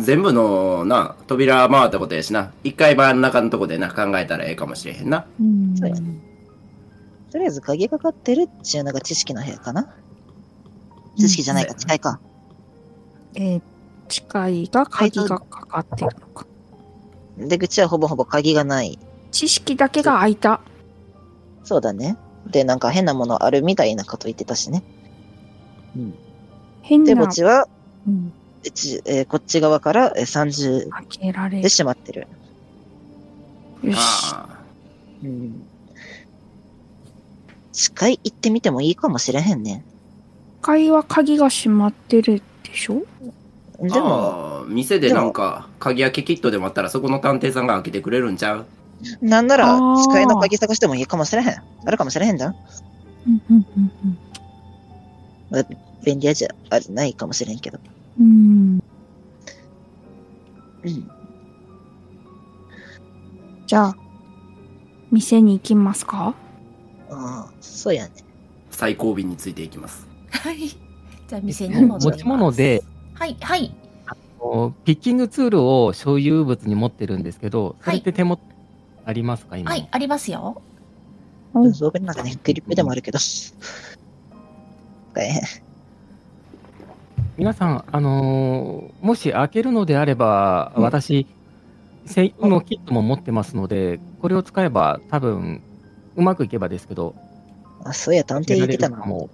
全部のな、扉回ったことやしな。一回真ん中のとこでな、考えたらええかもしれへんな。うんそうやとりあえず鍵かかってるっていうのが知識の部屋かな知識じゃないか、近いか。えー、近いが鍵がかかってるのか。出口はほぼほぼ鍵がない。知識だけが開いた。そうだね。で、なんか変なものあるみたいなこと言ってたしね。変で、な、墓地は、うん、えちえーこっち側からえー30開けられでる。閉まってる。よし。あうん。視界行ってみてもいいかもしれへんね。 1階は鍵が閉まってるでしょあ。でも、ああ店でなんか、鍵開けキットでもあったら、そこの探偵さんが開けてくれるんちゃうなんならあー視界の鍵探してもいいかもしれへん。あるかもしれへんじゃん。うんうんうん便利屋じゃあるないかもしれんけど。うん。うん。うん。じゃあ、店に行きますかああ、そうやね。最後尾についていきます。はい。じゃあ、店に戻ります。持ち物で、はい、はい。こうピッキングツールを所有物に持ってるんですけど、それっはて手元ありますか、今。はい、ありますよ。うんそうなんかね、グリップでもあるけど。使えへん。皆さん、あのーもし開けるのであれば、うん私、専用のキットも持ってますので、これを使えば、多分うまくいけばですけど、あ、そうや、探偵言ってた開なけられるか。も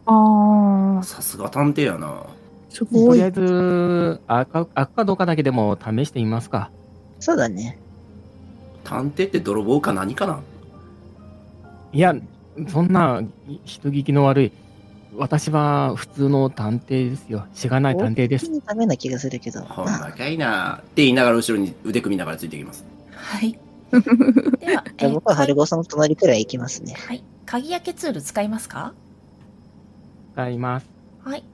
ああ、さすが探偵やな。すとごいりあ。えず開か、開くかどうかだけでも試してみますか。そうだね。探偵って泥棒か何かないや、そんな、い人聞きの悪い、私は普通の探偵ですよ。しがない探偵です。のためな気がするけど。ほんまかいな。って言いながら後ろに腕組みながらついていきます。はい。では、じゃあ僕はか春子さんの隣くらい行きますね。はい。鍵開けツール使いますか使います。はい。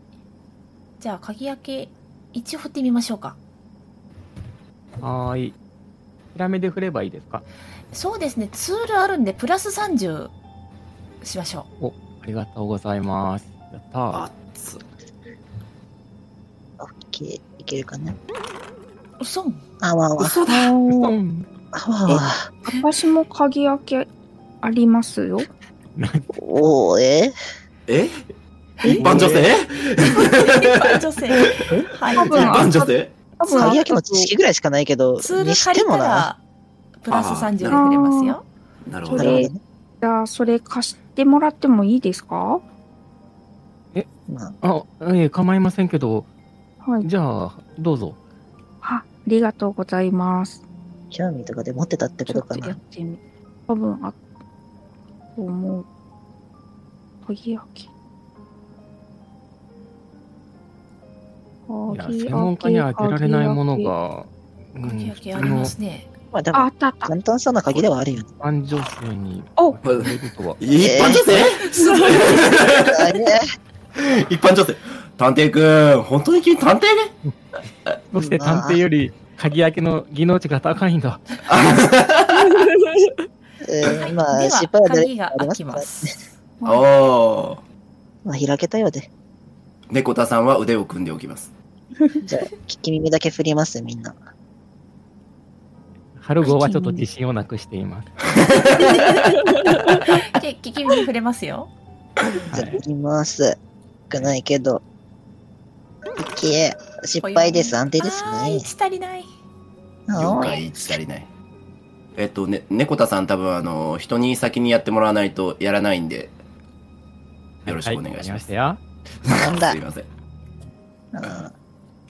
じゃあ、鍵開け、一応振ってみましょうか。はーい。ヒラメで振ればいいですかそうですね、ツールあるんで、プラス30しましょありがとうございます。やったー。あっつ。オッケー、いけるかな。う。うそん。あわあわ。嘘だ。おー あわあわ。私も鍵開けありますよ。おー、ええ一般女性一般女性。はい。多一じ分ゃあ般女性多ー、最悪の知識ぐらいしかないけど、ツールにし借てりもたな。ら、プラス30で振れますよ。なるそほなど。るほれどね。じゃあ、それ貸してもらってもいいですかまな。あ、ええ構いませんけど、はい。じゃあ、どうぞ。あ、ありがとうございます。興味とかで持ってたってこちょとっかとやっな。てみ、多分あ、と思う。鍵開け。いや、専門家には当てられないものが、うん鍵開普けあ通りまのすね。まあであ。あも、ったあった。簡単そうな鍵ではある よね。一般女性にお当てられるとは。一般女性、あれ一般女性。探偵くん、本当に君探偵ねそして探偵より鍵開けの技能値が高いんだ。えー今、で失敗はは出鍵が開きます。おー。まあ、開けたようで。猫田さんは腕を組んでおきます。じゃあ、聞き耳だけ振ります、みんな。春号はちょっと自信をなくしています。で聞き耳に触れますよ。じゃあ、はい振ります。少ないけど。消え。失敗です。安定ですあーね。 1足りない。了あー解1足りない。えっとね、猫田さん多分あの、人に先にやってもらわないとやらないんで、よろしくお願いします。はわかなんだすい。ません。うん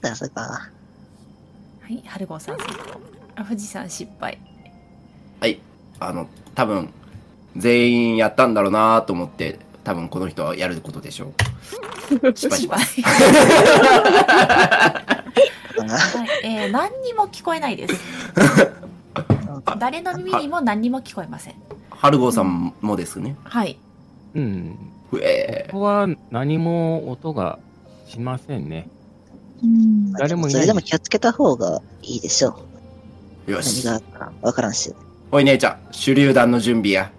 さすが。はい、春子さん成功。あ、富士山失敗。はい。あの、多分、全員やったんだろうなと思って、多分この人はやることでしょう。失敗しま失あ敗はい、えー何にも聞こえないです。誰の耳にも何にも聞こえません。春郷さんもですね。はい。りましたよ。うん。うこえこは何も音がしませんね。誰もいないそれでも気をつけた方がいいでしょう。ー、よ何しが。あるかわからんし。おい姉ちゃん、手榴弾の準備や。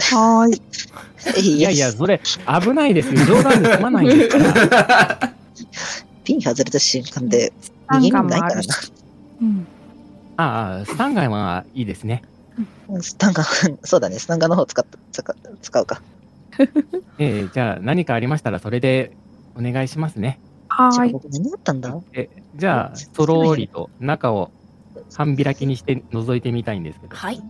はーい。いいやいや、それ危ないですよ。冗談で済まないんですか ら。ピン外れた瞬間で逃げるんないからしうん。ああ、スタンガンはいいですね。な。スタンガン、そうだね、スタンガンの方使った使う使うか。ええじゃあ何かありましたらそれでお願いしますね。はちょーっいと。僕何だったんだえじゃあ、そろーりと中を半開きにして覗いてみたいんですけど。はい。